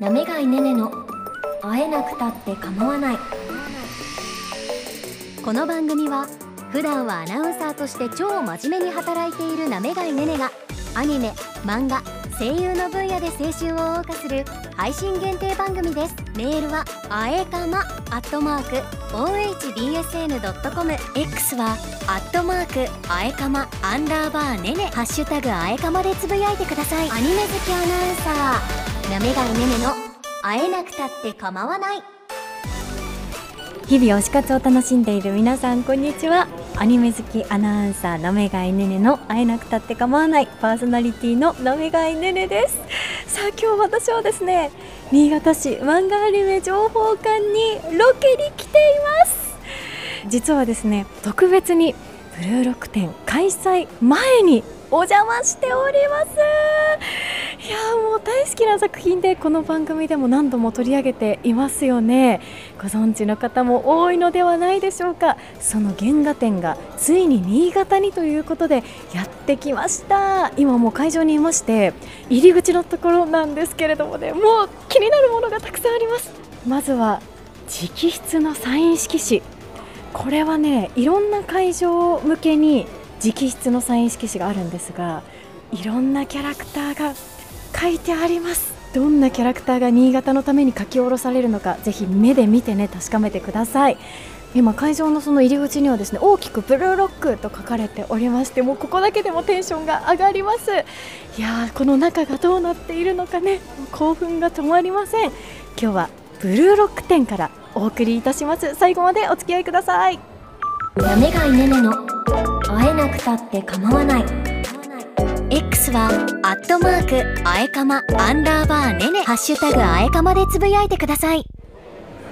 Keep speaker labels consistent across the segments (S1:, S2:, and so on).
S1: なめがいねねの会えなくたって構わないこの番組は普段はアナウンサーとして超真面目に働いているなめがいねねがアニメ漫画声優の分野で青春を謳歌する配信限定番組ですメールはあえかまアットマーク ohbsn.com x はアットマークあえかまアンダーバーねねハッシュタグあえかまでつぶやいてくださいアニメ好きアナウンサーなめがいねねの会えなくたって構わない
S2: 日々推し活を楽しんでいる皆さんこんにちはアニメ好きアナウンサーなめがいねねの会えなくたって構わないパーソナリティのなめがいねねですさあ今日私はですね新潟市漫画アニメ情報館にロケに来ています実はですね特別にブルーロック展開催前にお邪魔しておりますいやーもう大好きな作品でこの番組でも何度も取り上げていますよねご存知の方も多いのではないでしょうかその原画展がついに新潟にということでやってきました今もう会場にいまして入り口のところなんですけれどもねもう気になるものがたくさんありますまずは直筆のサイン色紙これはねいろんな会場向けに直筆のサイン色紙があるんですがいろんなキャラクターが書いてありますどんなキャラクターが新潟のために書き下ろされるのかぜひ目で見てね確かめてください今会場のその入り口にはですね大きくブルーロックと書かれておりましてもうここだけでもテンションが上がりますいやーこの中がどうなっているのかねもう興奮が止まりません今日はブルーロック店からお送りいたします最後までお付き合いください
S1: なめがいねねの会えなくたって構わない X はアットマークあえかまアンダーバーねねハッシュタグあえかまでつぶやいてください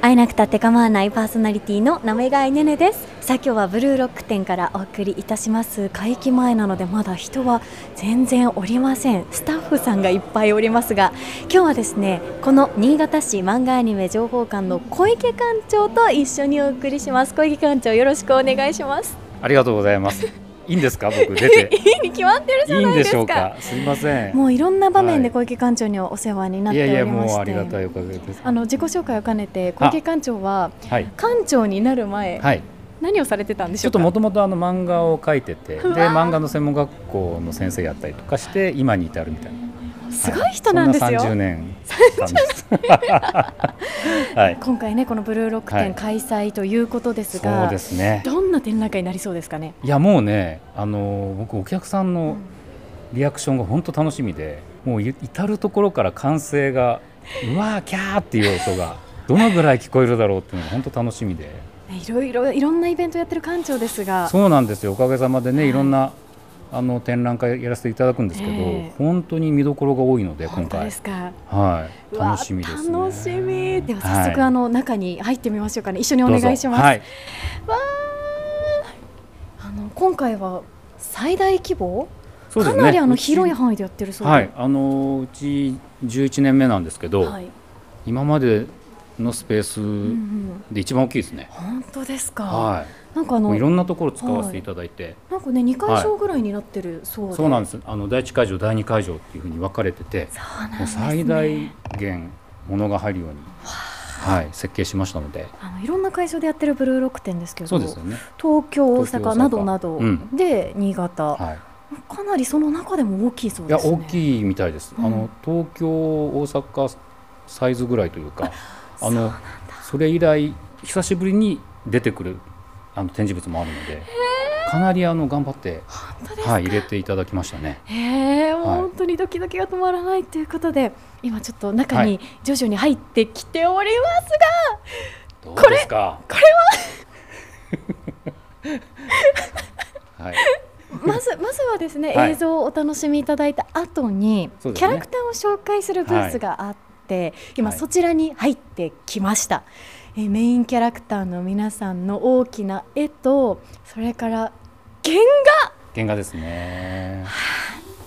S2: 会えなくたって構わないパーソナリティのなめがいねねですさあ今日はブルーロック店からお送りいたします会期前なのでまだ人は全然おりませんスタッフさんがいっぱいおりますが今日はですねこの新潟市漫画アニメ情報館の小池館長と一緒にお送りします小池館長よろしくお願いします
S3: ありがとうござ います。いいんですか、僕出
S2: い
S3: て。
S2: いに決まってるじ
S3: い
S2: ゃ
S3: い
S2: なんいで
S3: ですし
S2: か
S3: ょうか。すみません。
S2: もういろんな場面
S3: は
S2: で
S3: い
S2: 小池館長にはお世話になっ
S3: い
S2: てお
S3: や
S2: り
S3: い
S2: まして
S3: や、もうありがたいおかげです。
S2: あの自己紹介を兼ねて小池館長は
S3: はい。
S2: 館長になる前、
S3: はい、
S2: 何をされてたんでし
S3: ち
S2: ょ
S3: ょっ
S2: うか
S3: ともともとあの漫画を描いててで
S2: うわー
S3: 漫画の専門学校の先生やったりとかして今に至るみたいな
S2: すごい人なんですよ、
S3: はい、そんな30年間 です、 はい、
S2: 今回 ねこのブルーロック
S3: は
S2: 展
S3: い
S2: 開催ということですが、
S3: そうですね
S2: どんな展覧会になりそうですかね、
S3: いやもうねあの僕お客さん
S2: う
S3: の
S2: ん
S3: リアクションが本当楽しみでもうい至る所から歓声がうわーキャーっていう音がどのぐらい聞こえるだろうっていうのが本当楽しみで
S2: ねいろいろいろんなイベントやってる館長ですが
S3: そうなんですよおかげさまでね、
S2: はい
S3: い、ろんなあの展覧会やらせていただくんですけど、
S2: ええ
S3: 本当に見どころが多いので今
S2: 本当で
S3: 回
S2: すか
S3: はい
S2: いわ
S3: 楽しみです、ね、
S2: 楽しみでは早速、
S3: はい
S2: あの中に入ってみましょうかね一緒にお
S3: ど
S2: 願
S3: うぞ
S2: いします、
S3: はい、
S2: あの今回は最大規模、
S3: そうで
S2: か
S3: すね
S2: なりあの
S3: うち
S2: 広い範囲でやってるそうで、
S3: はいあのうち11年目なんですけど、
S2: はい
S3: 今までのス
S2: うん
S3: ペー
S2: う
S3: ス
S2: ん
S3: で一番大きいですね、
S2: 本当ですか、
S3: はい
S2: なんかあ
S3: も
S2: の
S3: ういろんなところ使わせていただいて、
S2: なんかね2会場ぐらいになってるそうで
S3: そうなんですあの第一会場第二会場っていうふうに分かれてて
S2: そうなん
S3: も
S2: で
S3: う
S2: す、ね、
S3: 最大限ものが入るように、はい、設計しましたので
S2: あのいろんな会場でやってるブルーロック展ですけど
S3: そうですよね、
S2: 東京大
S3: 東京
S2: 阪
S3: 大阪
S2: などなど
S3: うん
S2: で新潟、
S3: はい、
S2: かなりその中でも大きいそう
S3: いや
S2: ですね
S3: 大きいみたいです、
S2: うん
S3: あの東京大阪サイズぐらいというかあ
S2: そう
S3: のそれ以来久しぶりに出てくるあの展示物もあるのでかなりあの頑張って、
S2: 本当ですか、
S3: はい、入れていただきましたね
S2: へえもう
S3: はい
S2: 本当にドキドキが止まらないということで今ちょっと中
S3: は
S2: に
S3: い
S2: 徐々に入ってきておりますが、
S3: どう
S2: これ
S3: ですかこ れははい
S2: まずまずはですね、
S3: はい
S2: 映像をお楽しみいただいた後に、
S3: そうで
S2: キ
S3: すね
S2: ャラクターを紹介するブースがあって、今
S3: はい
S2: そちらに入ってきました、えーメインキャラクターの皆さんの大きな絵とそれから原
S3: 原画ですね。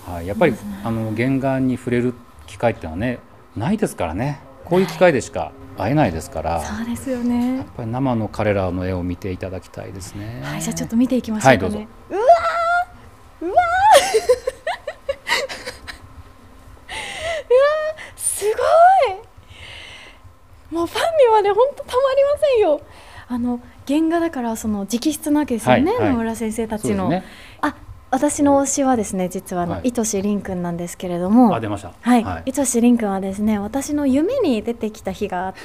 S3: はい、やっぱりあの原画に触れる機会ってのはねないですからね。こういう機会でしか会えないですから、
S2: 画
S3: や
S2: そうですよね
S3: っぱり生の彼らの絵を見ていただきたいですね。
S2: はい、じゃあちょっと見ていきましょうかね。
S3: はいどうぞ
S2: うわー、うわー、うわー、すごい。もうファンにはね本当たまりませんよあの原画だからその直筆なわけですよね、
S3: はいはい
S2: 野村先生た
S3: そ
S2: ち
S3: うです
S2: の、
S3: ね。
S2: あ私の推しはですね実はあの、
S3: はい
S2: い、糸志凛くんなんですけれども
S3: あ出ました。
S2: はい、
S3: はい
S2: 糸志凛君はですね私の夢に出てきた日 があって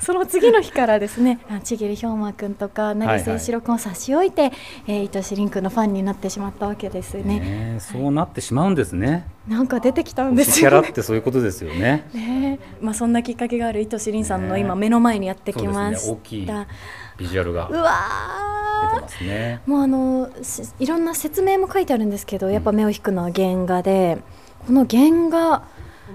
S2: その次の日からですねあちぎりひょうま君とか成瀬一郎君を差し置いて、えー糸志凛君のファンになってしまったわけですね
S3: ねえそうなってしまうんですね。
S2: なんか出てきたん
S3: 推
S2: で
S3: し
S2: す
S3: キャラ
S2: よ
S3: っ
S2: ね
S3: てそういうことですよね。
S2: ねえまあ、そんなきっかけがある糸志凛さんの
S3: ねえ
S2: 今目の前にやって
S3: そ
S2: き
S3: うです
S2: ま
S3: ね。
S2: し
S3: 大きい
S2: た、
S3: ビジュアルが
S2: う
S3: 出て
S2: わー
S3: ますね。
S2: もうあのしいろんな説明も書いてあるんですけどやっぱ目を引くのは原画で、この原画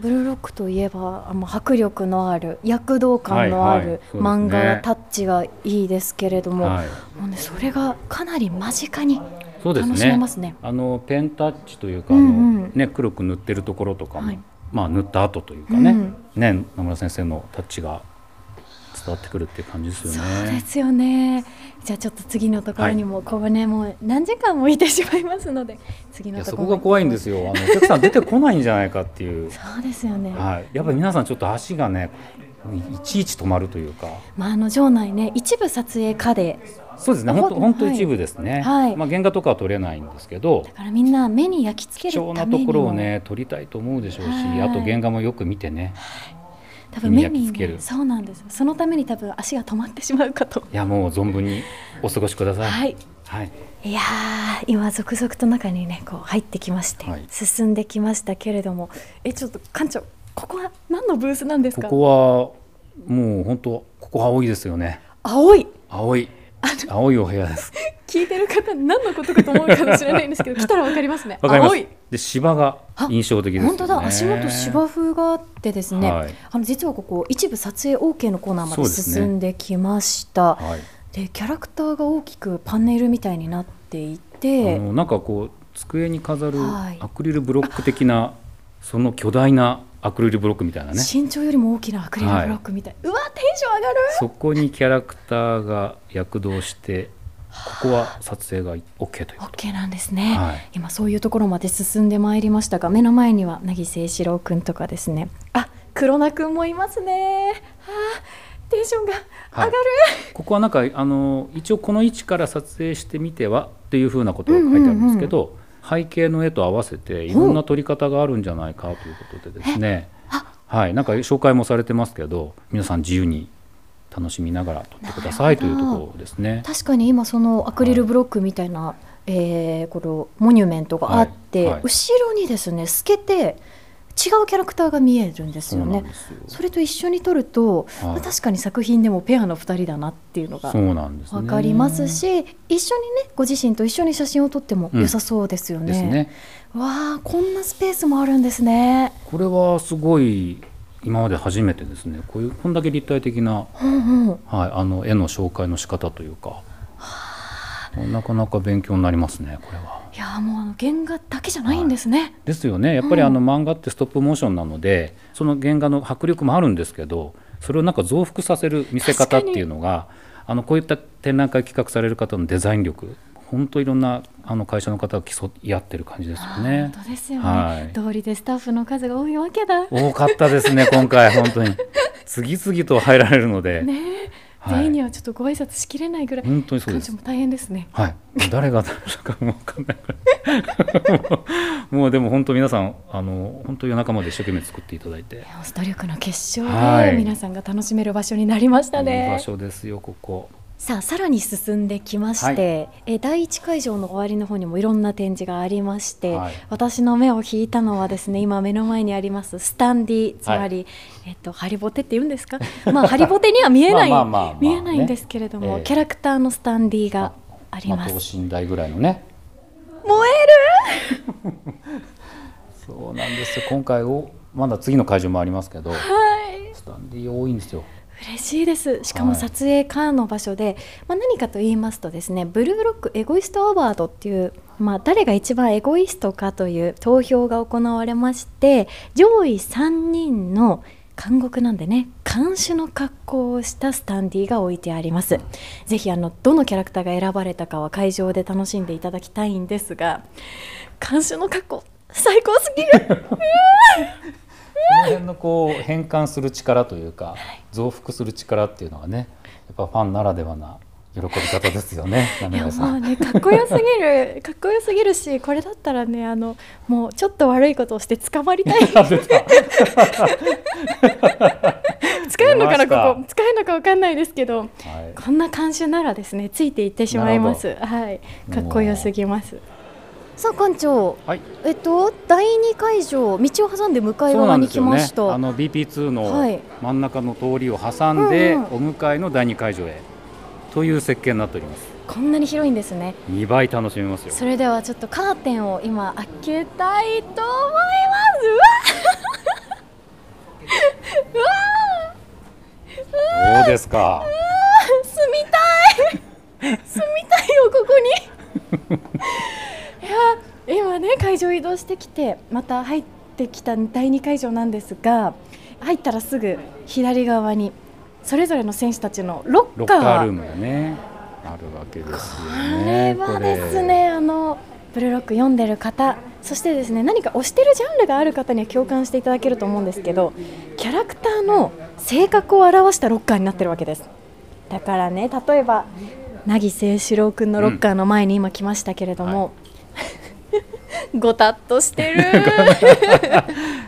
S2: ブルーロックといえばあもう迫力のある躍動感のあ
S3: はいはい
S2: る
S3: そうですね
S2: 漫画、タッチがいいですけれども,、
S3: はい。
S2: もうね、それがかなり間近に
S3: そうです
S2: 楽しめ
S3: ね
S2: ま。すね。
S3: あのペンタッチというか、あの
S2: うんうん
S3: ね黒く塗ってるところとかも、
S2: はい
S3: まあ塗った後というかね、
S2: うん
S3: ね野村先生のタッチが伝わってくるっていう感じですよね。
S2: そうですよねじゃあちょっと次のところにも、ここねもう何時間もいてしまいますので次
S3: い
S2: の
S3: や
S2: と
S3: そ
S2: ころ
S3: こが怖いんですよ。あのお客さん出てこないんじゃないかっていう。
S2: そうですよね、
S3: はい。やっぱり皆さんちょっと足がね、いちいち止まるというか。
S2: まあ、あの場内ね一部撮影課で
S3: そうですね。
S2: あ
S3: 本当
S2: ほん
S3: 本当
S2: はい
S3: 一部ですね。
S2: はい
S3: まあ原画とかは撮れないんですけど
S2: だ。からみんな目に焼き付
S3: 貴
S2: ける
S3: 重
S2: た
S3: な
S2: め
S3: と
S2: にも
S3: ころをね撮りたいと思うでしょうし、
S2: はい
S3: あと原画もよく見てね。
S2: 多分目にね
S3: 目に焼き付ける
S2: そうなんですそのために多分足が止まってしまうかと
S3: いやもう存分にお過ごしください。
S2: はい
S3: はい。
S2: いやー今続々と中にねこう入ってきまして、
S3: はい
S2: 進んできましたけれどもえちょっと館長ここは何のブースなんです
S3: こ
S2: か
S3: こはもう本当ここ青いですよね。
S2: 青い
S3: 青い青いお部屋です。
S2: 聞いてる方何のことかと思うかもしれないんです けど来たらわかりますね
S3: わかります
S2: 青い。
S3: で芝が印象的ですよ
S2: 本
S3: ね。
S2: 当だ足元芝生があってですね、
S3: はい
S2: あの実はここ一部撮影 OK のコーナーま
S3: そう
S2: で
S3: ですね
S2: 進んできました、
S3: はい。
S2: でキャラクターが大きくパネルみたいになってい
S3: あ
S2: て
S3: のなんかこう机に飾る
S2: はい
S3: アクリルブロック的な、その巨大なアクリルブロックみたいなね
S2: 身長よりも大きなアクリルブロックみたい、うわテンション上がる
S3: そこにキャラクターが躍動してここは撮影が OK という
S2: OK なんですね、
S3: はい
S2: 今そういうところまで進んでまいりましたが目の前には凪誠志郎くんとかですねあ黒名くんもいますねあーテンションが上がる、
S3: ここはなんかあの一応この位置から撮影してみてはっていうふうなことが書いてあるんですけど、背景の絵と合わせていろんな撮り方があるんじゃないかということでですねはいなんか紹介もされてますけど皆さん自由に楽しみながら撮ってくださいというところですね。
S2: 確かに今そのアクリルブロックみたいな、えーこのモニュメントがあって、
S3: はいはい
S2: 後ろにですね透けて違うキャラクターが見えるんです
S3: そう
S2: よ
S3: な
S2: ね
S3: んですよ
S2: それと一緒に撮ると、
S3: はい
S2: まあ確かに作品でもペアの2人だなっていうのが
S3: そうなんですね。
S2: 分かりますし、一緒にねご自身と一緒に写真を撮っても良さそうですよね。
S3: ですね。
S2: わあこんなスペースもあるんですね。
S3: これはすごい今まで初めてですね。こういうこんだけ立体的な、
S2: うんうん、
S3: はい、あの絵の紹介の仕方というか、なかなか勉強になりますね。これは。
S2: いやーもうあの原画だけじゃないんですね。
S3: ですよね。やっぱりあの漫画ってストップモーションなので、その原画の迫力もあるんですけど、それをなんか増幅させる見せ方っていうのが、あのこういった展覧会企画される方のデザイン力、本当いろんなあの会社の方が競い合ってる感じですよね。
S2: 本当ですよね、
S3: はい
S2: 道理でスタッフの数が多いわけだ。
S3: 多かったですね、今回、本当に。次々と入られるので、
S2: ねえ、
S3: はい
S2: 全員にはちょっとご挨拶しきれないぐらい、
S3: 本当にそう
S2: 館
S3: で
S2: 長
S3: す。
S2: も大変ですね。
S3: はい、誰が 誰だかも分かんないから いもうでも本当皆さんあの本当夜中まで一生懸命作っていただいていい
S2: レオス努力の結晶
S3: は
S2: で
S3: い
S2: 皆さんが楽しめる場所になりましたね。
S3: 場所ですよここ
S2: さあさらに進んできまして、え第一会場の終わりの方にもいろんな展示がありまして、
S3: はい
S2: 私の目を引いたのは ですね今目の前にありますスタンディつまり、えっとハリボテって言うんですか まあハリボテには見えない
S3: まあまあまあまあ
S2: 見えないんですけれども、
S3: ねええ
S2: キャラクターのスタンディがあり
S3: ま
S2: ま
S3: あ等
S2: す、
S3: 身大ぐらいのね
S2: 燃える
S3: そうなんですよ今回をまだ次の会場もありますけど
S2: はい
S3: スタンディ多いんですよ
S2: 嬉しいですしかも
S3: はい
S2: 撮影カーの場所で、まあ、何かと言いますとですねブルーロックエゴイストアワードっていう、まあ、誰が一番エゴイストかという投票が行われまして上位3人の監獄なんでね監守の格好をしたスタンディが置いてありますぜひあのどのキャラクターが選ばれたかは会場で楽しんでいただきたいんですが監守の格好最高すぎる
S3: の辺のこう変換する力というか増幅する力っていうのがねやっぱファンならではな喜び方ですよね。
S2: い
S3: 滑
S2: や
S3: 川
S2: もう
S3: さ
S2: んねかっこよすぎる かっこよすぎるしこれだったらねあのもうちょっと悪いことをして捕まりたい 使えるのか
S3: 出ま
S2: な
S3: した
S2: ここ使えるのかわかんないですけど
S3: はい
S2: こんな監修ならですねついていってしまいますはいかっこよすぎます
S4: さあ館長、
S3: はい
S4: えっと第二会場道を挟んで向かい
S3: そう
S4: 側
S3: なん
S4: に
S3: です
S4: 来
S3: よ
S4: ま
S3: ね
S4: し。た。
S3: あの BP2
S4: はい
S3: の真ん中の通りを挟んで、
S4: うんうん
S3: お迎えの第二会場へという設計になっております。
S4: こんなに広いんですね。
S3: 2倍楽しめますよ。
S4: それではちょっとカーテンを今開けたいと思います。うわ
S3: どうですか。
S4: 住みたい住みたいよここ
S2: いや今ね会場移動してきてまた入ってきた第2会場なんですが入ったらすぐ左側にそれぞれの選手たちのロ
S3: ロ
S2: ッ
S3: ッカ
S2: カー
S3: ールームがねあるわけですよ
S2: これ
S3: ね。
S2: はですね、あのブルーロック読んでる方、そしてですね何か推してるジャンルがある方には共感していただけると思うんですけど、キャラクターの性格を表したロッカーになってるわけです。だからね、例えば凪誠志郎君のロッカーの前に今来ましたけれども、 ごたっとして る。
S3: これ。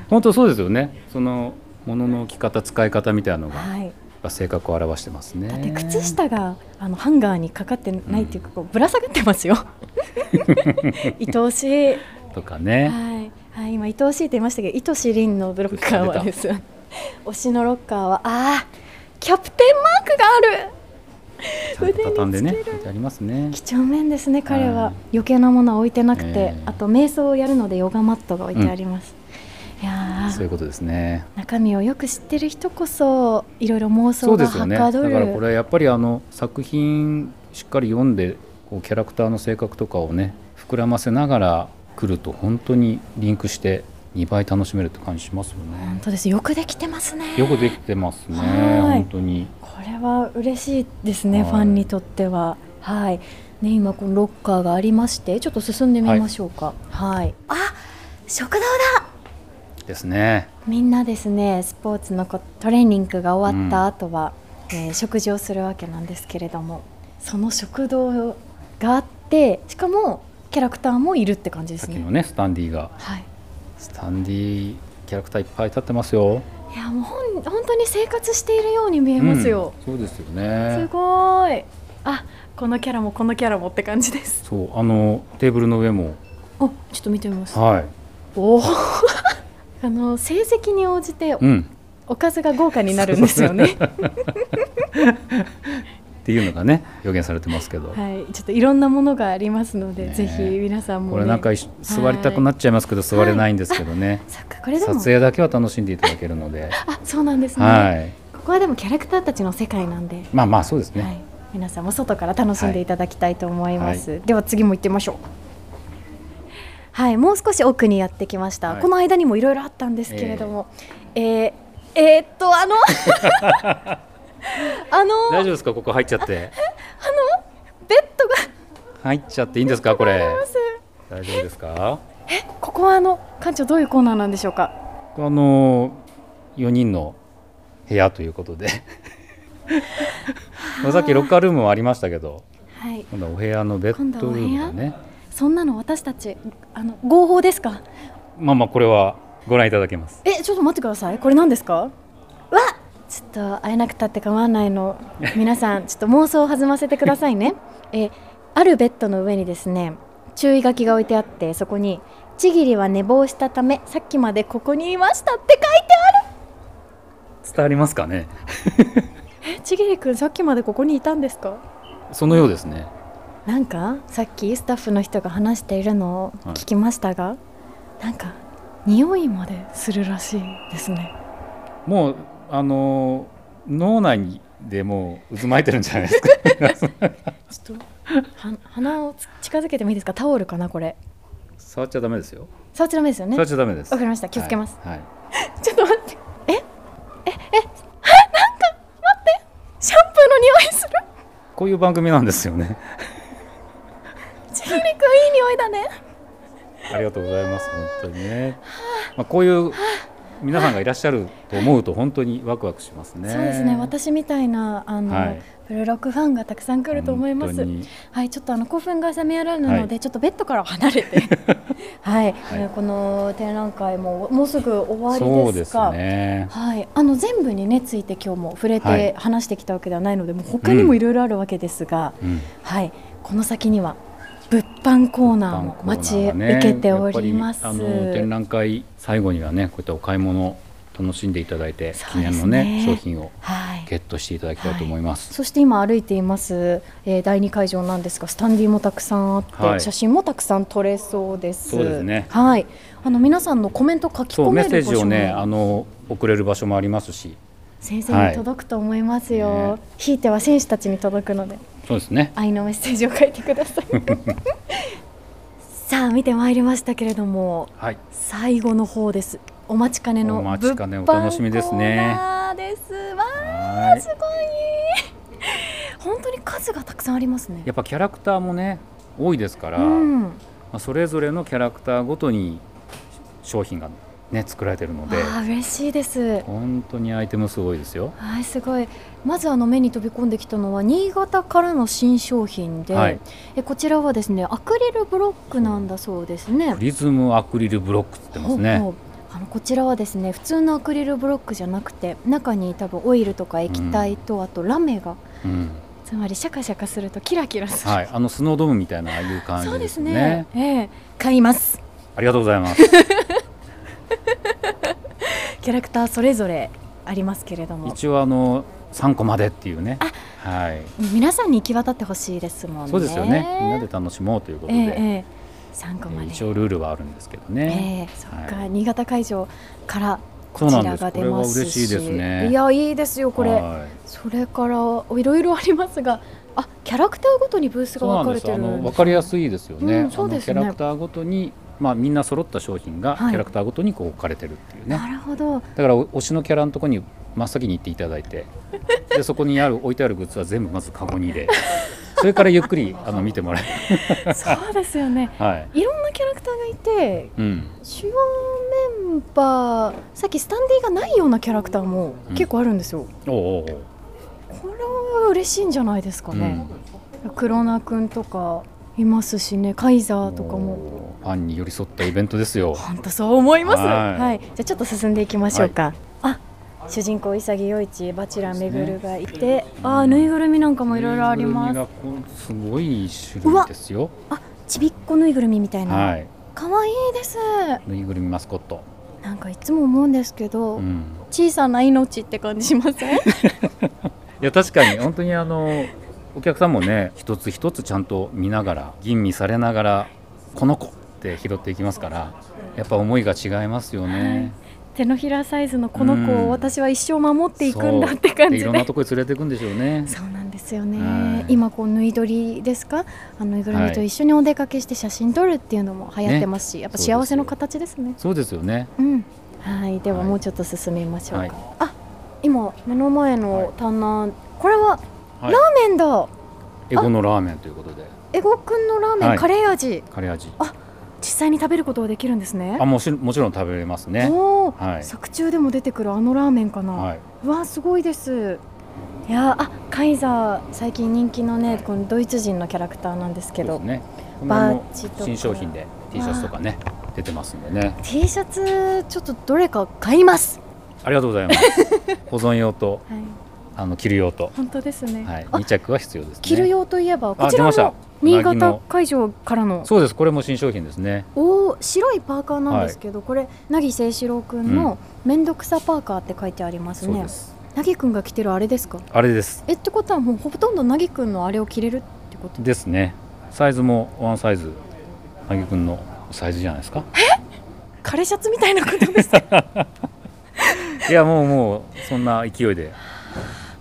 S3: 本当そうですよね。その物の置き方使い方みたいなのが、やっ
S2: はい。
S3: ぱ性格を表してますね。
S2: だって靴下があのハンガーにかかってないっていうか、こうぶら下がってます よ。愛おしい。
S3: とかね。
S2: はい、はい、今愛おしいって言いましたけど、愛しりんのブロッカーはです。推しのロッカーは、ああ、キャプテンマークがある。
S3: ちゃんと畳んでね
S2: 腕につける
S3: 置いてありますね。
S2: 几帳面ですね、彼
S3: は、
S2: はい余計なものは置いてなくて、
S3: ええ
S2: あと瞑想をやるので、ヨガマットが置いてあります。いや
S3: そうい
S2: ー
S3: うことですね。
S2: 中身をよく知ってる人こそいろいろ妄
S3: そ
S2: 想
S3: うで
S2: が
S3: す
S2: は
S3: よね。
S2: か
S3: だ
S2: ど
S3: から
S2: る
S3: これはやっぱりあの作品しっかり読んで、こうキャラクターの性格とかをね膨らませながら来ると本当にリンクして2倍楽しめるって感じしますよ
S2: 本
S3: ね。
S2: 当ですよくできてますね
S3: よくできてますね。
S2: はい
S3: 本当に。
S2: これは嬉しいですね、
S3: はい
S2: ファンにとっては。はい、ね、今このロッカーがありまして、ちょっと進んでみましょうか。はい、
S4: 食堂だ。
S3: ですね。
S2: みんなですねスポーツのこトレーニングが終わっ
S3: うん
S2: た後は、えー食事をするわけなんですけれどもその食堂があってしかもキャラクターもいるって感じです
S3: さっき
S2: ね
S3: の。ねスタンディが
S2: はい、
S3: スタンディキャラクターいっぱい立ってますよ。
S2: いやもうほん本当に生活しているように見えますよ。
S3: うん。そうですよ
S2: す
S3: ね。
S2: ごーいあこのキャラもこのキャラもって感じです。
S3: そうあのテーブルの上も
S2: あちょっと見てみます。
S3: はい。
S2: おお あの成績に応じて
S3: うん。
S2: おかずが豪華になるんですよね。
S3: っていうのがね予言されてますけど。
S2: はい、ちょっといろんなものがありますので、
S3: ねえ
S2: ぜひ皆さんも、ね、
S3: これなんかいし座りたくなっちゃいますけど座れないんですけどね。
S2: そっかこれで
S3: 撮
S2: も
S3: 影だけは楽しんでいただけるので。
S2: あ そうなんですね、
S3: はい。
S2: ここはでもキャラクターたちの世界なんで、
S3: まあまあそうです
S2: は
S3: ね。
S2: い、皆さんも外から楽しんでいただきたいと思います、では次も行ってみましょうはいもう少し奥にやってきました、
S3: はい
S2: この間にもいろいろあったんですけれども、えーえーっとあの あの
S3: 大丈夫ですかここ入っちゃって。
S2: ベッドが
S3: 入っちゃっていいんですかこれ。
S2: ます
S3: 大丈夫ですか。
S2: ここはあの館長どういうコーナーなんでしょうか
S3: あの4人の部屋ということで まあさっきロッカールームもありましたけど
S2: はい
S3: 今度はお部屋のベッドルームがね
S2: そんなの私たちあの合法ですか
S3: まあまあこれはご覧いただけます
S2: えちょっと待ってくださいこれ何ですかわちょっと会えなくたって構わないの皆さ んちょっと妄想を弾ませてくださいねえあるベッドの上にですね注意書きが置いてあってそこに「ちぎりは寝坊したためさっきまでここにいました」って書いて
S3: 伝わりますかね
S2: あるちぎりくんさっきまでここにいたんですか
S3: そのようですね
S2: なんかさっきスタッフの人が話しているのを聞きましたが、なんか匂いまでするらしいですね
S3: もうあの脳内でもう渦巻いてるんじゃないで
S2: ちょ
S3: すか
S2: っとは鼻をつ近づけてもいいですかタオルかなこれ
S3: 触っちゃダメですよ
S2: 触っちゃダメですよね
S3: 触っちゃダメです
S2: わかりました気をつけます、
S3: はいはい
S2: ちょっと待ってええええあなんか待ってシャンプーの匂いする
S3: こういう番組なんですよ ね
S2: ちぎりくんいい匂いだね
S3: ありがとうございます本当にねまあこういう皆さんがいらっしゃると思うと本当にワクワクしますね。
S2: そうですね。私みたいなあの、
S3: はい
S2: ブルーロックファンがたくさん来ると思いま
S3: 本
S2: す
S3: 当。に
S2: はい、ちょっとあの興奮が冷めやらぬので、
S3: は
S2: ちょっとベッドからは離れ て、はい、
S3: はい
S2: えーこの展覧会ももうすぐ終わ
S3: そう
S2: りで
S3: ですす
S2: か。
S3: ね。
S2: はい、あの全部にねついて今日も触れ
S3: は
S2: て
S3: い
S2: 話してきたわけではないので、もう他にも
S3: うん
S2: いろいろあるわけですが、
S3: うん
S2: はい、この先には物販コーナー
S3: 観
S2: も
S3: 光
S2: 待ち
S3: コーナーがね
S2: 受けております。
S3: やっぱりあの展覧会最後にはねこういったお買い物楽しんでいただいて、
S2: そうですね
S3: 記念のね商品を
S2: はい。
S3: ゲットしていただきたいと思います。
S2: そして今歩いています、えー、第二会場なんですがスタンディもたくさんあって、
S3: はい
S2: 写真もたくさん撮れそうです。
S3: そうですね
S2: はい。あの皆さんのコメント書き
S3: そ
S2: 込
S3: うメ
S2: め
S3: ッセー
S2: る場
S3: ジ
S2: 所
S3: を
S2: も、
S3: ねあの送れる場所もありますし、
S2: 先生に届くと思いますよ。
S3: はいね
S2: ひいては選手たちに届くので
S3: そうですね。
S2: 愛のメッセージを書いてくだ さい。さあ見てまいりましたけれども
S3: はい。
S2: 最後の方です。お待ちかねの
S3: お
S2: 物
S3: 待ちかね
S2: 販
S3: お楽しみですね
S2: コーナーです。わ
S3: は
S2: あ
S3: い
S2: すごい。本当に数がたくさんありますね。
S3: やっぱキャラクターもね多いですから、
S2: うん、わ
S3: まあ、それぞれのキャラクターごとに商品がね作られてるので
S2: あ嬉しいです。
S3: 本当にアイテムすごいですよ。
S2: はいすごいまずあの目に飛び込んできたのは新潟からの新商品で、
S3: はい
S2: えこちらはですねアクリルブロックなんだそうですね
S3: プ。リズムアクリルブロックって言ってます
S2: ほう
S3: ね。
S2: ほうあのこちらはですね普通のアクリルブロックじゃなくて中に多分オイルとか液体と、あとラメが
S3: うん、
S2: つまりシャカシャカするとキラキラする、
S3: はい、あのスノードームみたいなああいう感
S2: そう
S3: じ
S2: で
S3: ですす
S2: ね
S3: ね。
S2: ええ買います
S3: ありがとうござい ます。
S2: キャラクターそれぞれありますけれども
S3: 一応あの三個までっていうね。はい。
S2: 皆さんに行き渡ってほしいですもんね
S3: そうですよね。みんなで楽しもうということ
S2: え
S3: で、
S2: えええ参考ま
S3: えー
S2: で
S3: 一応ルールはあるんですけどね。
S2: ええそっか、
S3: は
S2: 新潟会場から
S3: そ
S2: こ
S3: う
S2: ち
S3: なん
S2: ら
S3: です
S2: が出ますし
S3: これは嬉しいですね
S2: いやいいですよこれ
S3: はい
S2: それからいろいろありますがあキャラクターごとにブースが
S3: そう
S2: 分
S3: なん
S2: か
S3: で
S2: れて
S3: す。
S2: る
S3: あのわかりやすいですよね。
S2: うんそうですね
S3: あのキャラクターごとに。まあ、みんな揃った商品がキ
S2: はい
S3: ャラクターごとにこう置かれてるっていうね、
S2: なるほど
S3: だからお推しのキャラのところに真っ先に行っていただい てでそこにある置いてあるグッズは全部まずカゴに入れそれからゆっ くりあの見てもらえ
S2: そうですよね
S3: はい、
S2: いろんなキャラクターがいて
S3: うん、
S2: 主要メンバーさっきスタンディがないようなキャラクターも
S3: うん
S2: 結構あるんですよ、
S3: おうおうおう
S2: これは嬉しいんじゃないですかね、黒名くんとかいますしねカイザーとかも
S3: もうファンに寄り添ったイベントですよ。
S2: 本当そう思いますは、
S3: はいい
S2: じゃあちょっと進んでいきましょうか、あ主人公潔陽一バチェラーめぐるがいて、あーぬいぐるみなんかもいろいろありま
S3: ぬ
S2: す
S3: いぐるみがこうすごい種類ですよ。
S2: あちびっこぬいぐるみみたい
S3: は、
S2: ない可愛、い、いです
S3: ぬいぐるみマスコット。
S2: なんかいつも思うんですけど、
S3: うん、
S2: 小さな命って感じしま せん
S3: いや確かに本当にあのお客さんもね一つ一つちゃんと見ながら吟味されながらこの子って拾っていきますから、やっぱ思いが違いますよね。
S2: 手のひらサイズのこの子を
S3: うん
S2: 私は一生守っていくんだ
S3: そう
S2: って感じ
S3: い
S2: で
S3: ろんなとこに連れていくんでしょうね。
S2: そうなんですよね、
S3: はい
S2: 今こうぬい撮りですかあのぬいぐるみと
S3: はい
S2: 一緒にお出かけして写真撮るっていうのも流行ってますし、やっぱ
S3: そうですよ
S2: 幸せの形ですね
S3: そうですよね。
S2: うん、はい、では
S3: はい
S2: もうちょっと進みましょうか。
S3: はい
S2: あ、今目の前の棚、これは
S3: はい、
S2: ラーメンだ。
S3: エゴのラーメンということで
S2: エゴくんのラーメン、
S3: はい
S2: カレー味。
S3: カレー味。
S2: 実際に食べることができるんですね
S3: あ。もちろんもちろん食べれますね。
S2: おお、
S3: はい
S2: 作中でも出てくるあのラーメンかな。
S3: はい。
S2: うわ、すごいです。いやーあカイザー最近人気のね、
S3: はい
S2: このドイツ人のキャラクターなんですけ
S3: そ
S2: ど、
S3: うですね、この
S2: バ
S3: 辺
S2: ッ
S3: も
S2: ジとか
S3: 新商品で T シャツとかね出てますんでね
S2: T シャツちょっとどれか買います。
S3: ありがとうございます 保存用と
S2: はい、
S3: あの着る用と、
S2: 本当ですね。
S3: はい、
S2: あ
S3: 2着は必要ですね
S2: 着る用といえばこちら
S3: 出ました
S2: も新
S3: うなぎ
S2: 潟
S3: の
S2: 会場からの
S3: そうですこれも新商品ですね
S2: お白いパーカーなんですけど、これ凪誠志郎くんの「めんどくさパーカー」って書いてあります
S3: そう
S2: ね
S3: です
S2: 凪くんが着てるあれですか
S3: あれです
S2: えってことはもうほとんど凪くんのあれを着れるってこと
S3: ですねサイズもワンサイズなぎくんのサイズじゃない ですか
S2: 枯れシャツみたいなことです ね
S3: いやもうもうそんな勢いで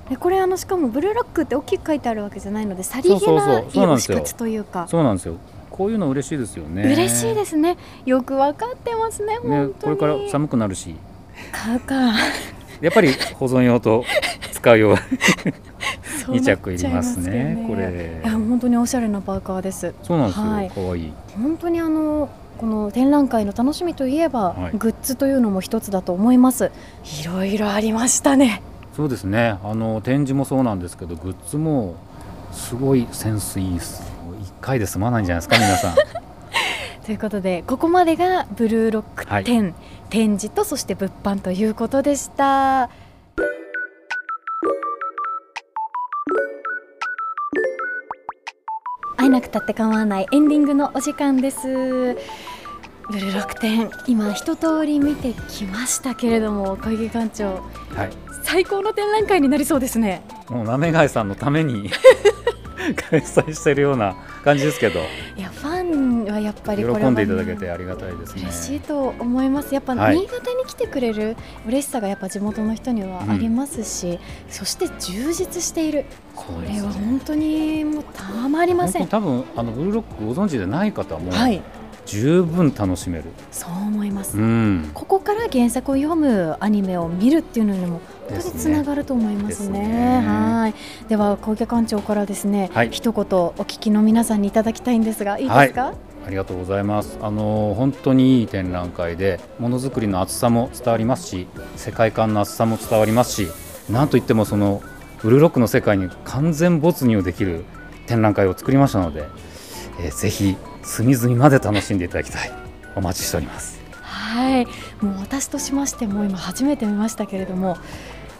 S2: でこれあのしかもブルーロックって大きく書いてあるわけじゃないのでさりげ
S3: そうそう
S2: な
S3: そうそうなんですよ
S2: 推し活というか
S3: そうなんですよこういうの嬉しいですよね
S2: 嬉しいですすねよくわかってますね
S3: ね
S2: 本
S3: こ
S2: 当
S3: れ
S2: に、
S3: から寒くなるし
S2: 買うか
S3: やっぱり保存用と使う 用は
S2: そうな
S3: 2
S2: っちゃ
S3: 着いりますねこれ
S2: いや本当におしゃれなパーカーです
S3: そうなんですよ、
S2: はい
S3: かわいい
S2: 本当にあのこの展覧会の楽しみといえば、
S3: はい
S2: グッズというのも一つだと思いますいろいろありましたね
S3: そうですねあの展示もそうなんですけどグッズもすごいセンスいいです1回で済まないんじゃないですか皆さん
S2: ということでここまでがブルーロック
S3: はい
S2: 展、展示とそして物販ということでした会えなくたって構わないエンディングのお時間ですブルーロック展今一通り見てきましたけれども小池館長
S3: はい
S2: 最高の展覧会になりそうですね
S3: もうなめがいさんのた めに開催してるような感じですけど
S2: いやファンはやっぱりこれは
S3: 喜んでいただけてありがたいですね
S2: 嬉しいと思います、やっぱ
S3: はい
S2: 新潟に来てくれる嬉しさがやっぱ地元の人にはありますし、そして充実している、
S3: そ
S2: こ
S3: うで
S2: れ
S3: す
S2: は
S3: ね
S2: 本当にもうたまりま
S3: 本
S2: せ
S3: 当に
S2: ん。
S3: 多分あのブルーロックご存知でない方も
S2: はい、
S3: 十分楽しめる、
S2: そう思います、
S3: うん
S2: ここから原作を読むアニメを見るっていうのにも本
S3: で
S2: 当に
S3: す
S2: つ
S3: ね
S2: ながると思いますね。
S3: ですね
S2: はい、では小池館長からですね、
S3: はい
S2: 一言お聞きの皆さんにいただきたいんですが、いいですか？
S3: ありがとうございますあの本当にいい展覧会でものづくりの厚さも伝わりますし世界観の厚さも伝わりますしなんといってもそのブルーロックの世界に完全没入できる展覧会を作りましたので、えーぜひ隅々まで楽しんでいただきたいお待ちしております
S2: はい、もう私としましても今初めて見ましたけれども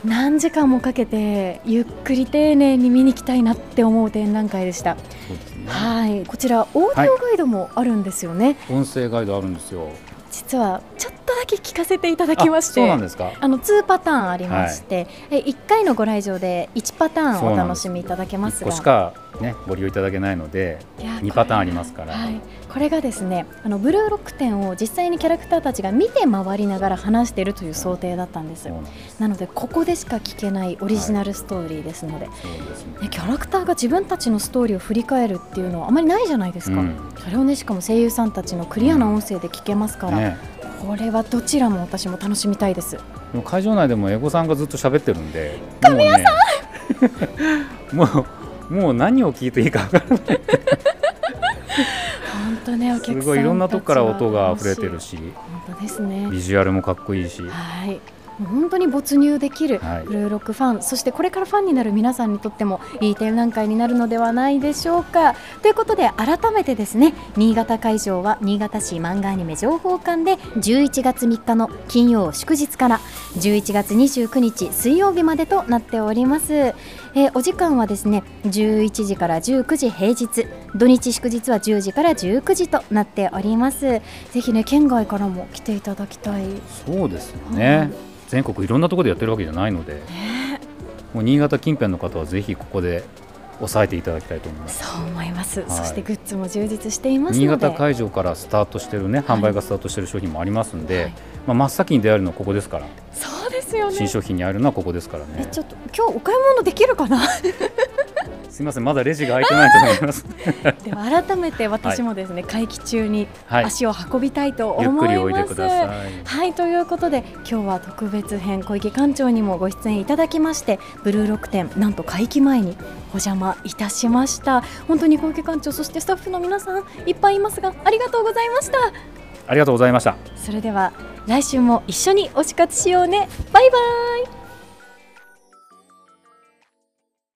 S2: 何時間もかけてゆっくり丁寧に見に行きたいなって思う展覧会でした、
S3: そうですね
S2: はいこちらオーディオガイドもあるんですよね、
S3: 音声ガイドあるんですよ
S2: 実はちょっとだけ聞かせていただきまして
S3: あそうなんですか
S2: あの2パターンありまして、え1回のご来場で1パターンをお楽しみいただけます
S3: 1
S2: が
S3: 個しかねご利用いただけないので
S2: いや
S3: 2パターンありますから、
S2: はい、これがですねあのブルーロック展を実際にキャラクターたちが見て回りながら話しているという想定だったんです
S3: そう
S2: よ
S3: なんです
S2: なのでここでしか聞けないオリジナルストーリーですので、
S3: そうですね
S2: ねキャラクターが自分たちのストーリーを振り返るっていうのはあまりないじゃないですか、
S3: うん
S2: それをねしかも声優さんたちのクリアな音声で聞けますから、
S3: ね
S2: これはどちらも私も楽しみたいです
S3: でも会場内でもエゴさんがずっと喋ってるんで神谷さんもう,、ね、 もうもう何を聞いていいか分からない
S2: 本当ねお客さん
S3: すごいいろんなとこから音が溢れてる
S2: し
S3: し
S2: 本当ですね
S3: ビジュアルもかっこいいし
S2: はいもう本当に没入できる
S3: はい
S2: ブルーロックファン、そしてこれからファンになる皆さんにとってもいい展覧会になるのではないでしょうか。ということで改めてですね新潟会場は新潟市漫画アニメ情報館で11月3日の金曜祝日から11月29日水曜日までとなっております、えーお時間はですね11時から19時平日土日祝日は10時から19時となっておりますぜひね県外からも来ていただきたい
S3: そうですよね、全国いろんなところでやってるわけじゃないので、もう新潟近辺の方はぜひここで押さえていただきたいと思います
S2: そう思います、
S3: い
S2: そしてグッズも充実しています
S3: 新
S2: ので
S3: 潟会場からスタートしてるね、販売がスタートしてる商品もありますんで、
S2: はい
S3: まあ、真っ先に出会えるのはここですから、
S2: そうですよ
S3: 新
S2: ね
S3: 商品に会えるのはここですから
S2: え
S3: ね
S2: ちょっと今日お買い物できるか な
S3: すみませんまだレジが開いてないと思います
S2: では改めて私もですね、会期中に
S3: はい
S2: 足を運びたいと思い
S3: ゆっ
S2: ます、
S3: くりおいでください
S2: はいということで今日は特別編小池館長にもご出演いただきましてブルーロック展なんと会期前にお邪魔いたしました本当に小池館長そしてスタッフの皆さんいっぱいいますがありがとうございました
S3: ありがとうございました
S2: それでは来週も一緒に推し活しようねバイバイ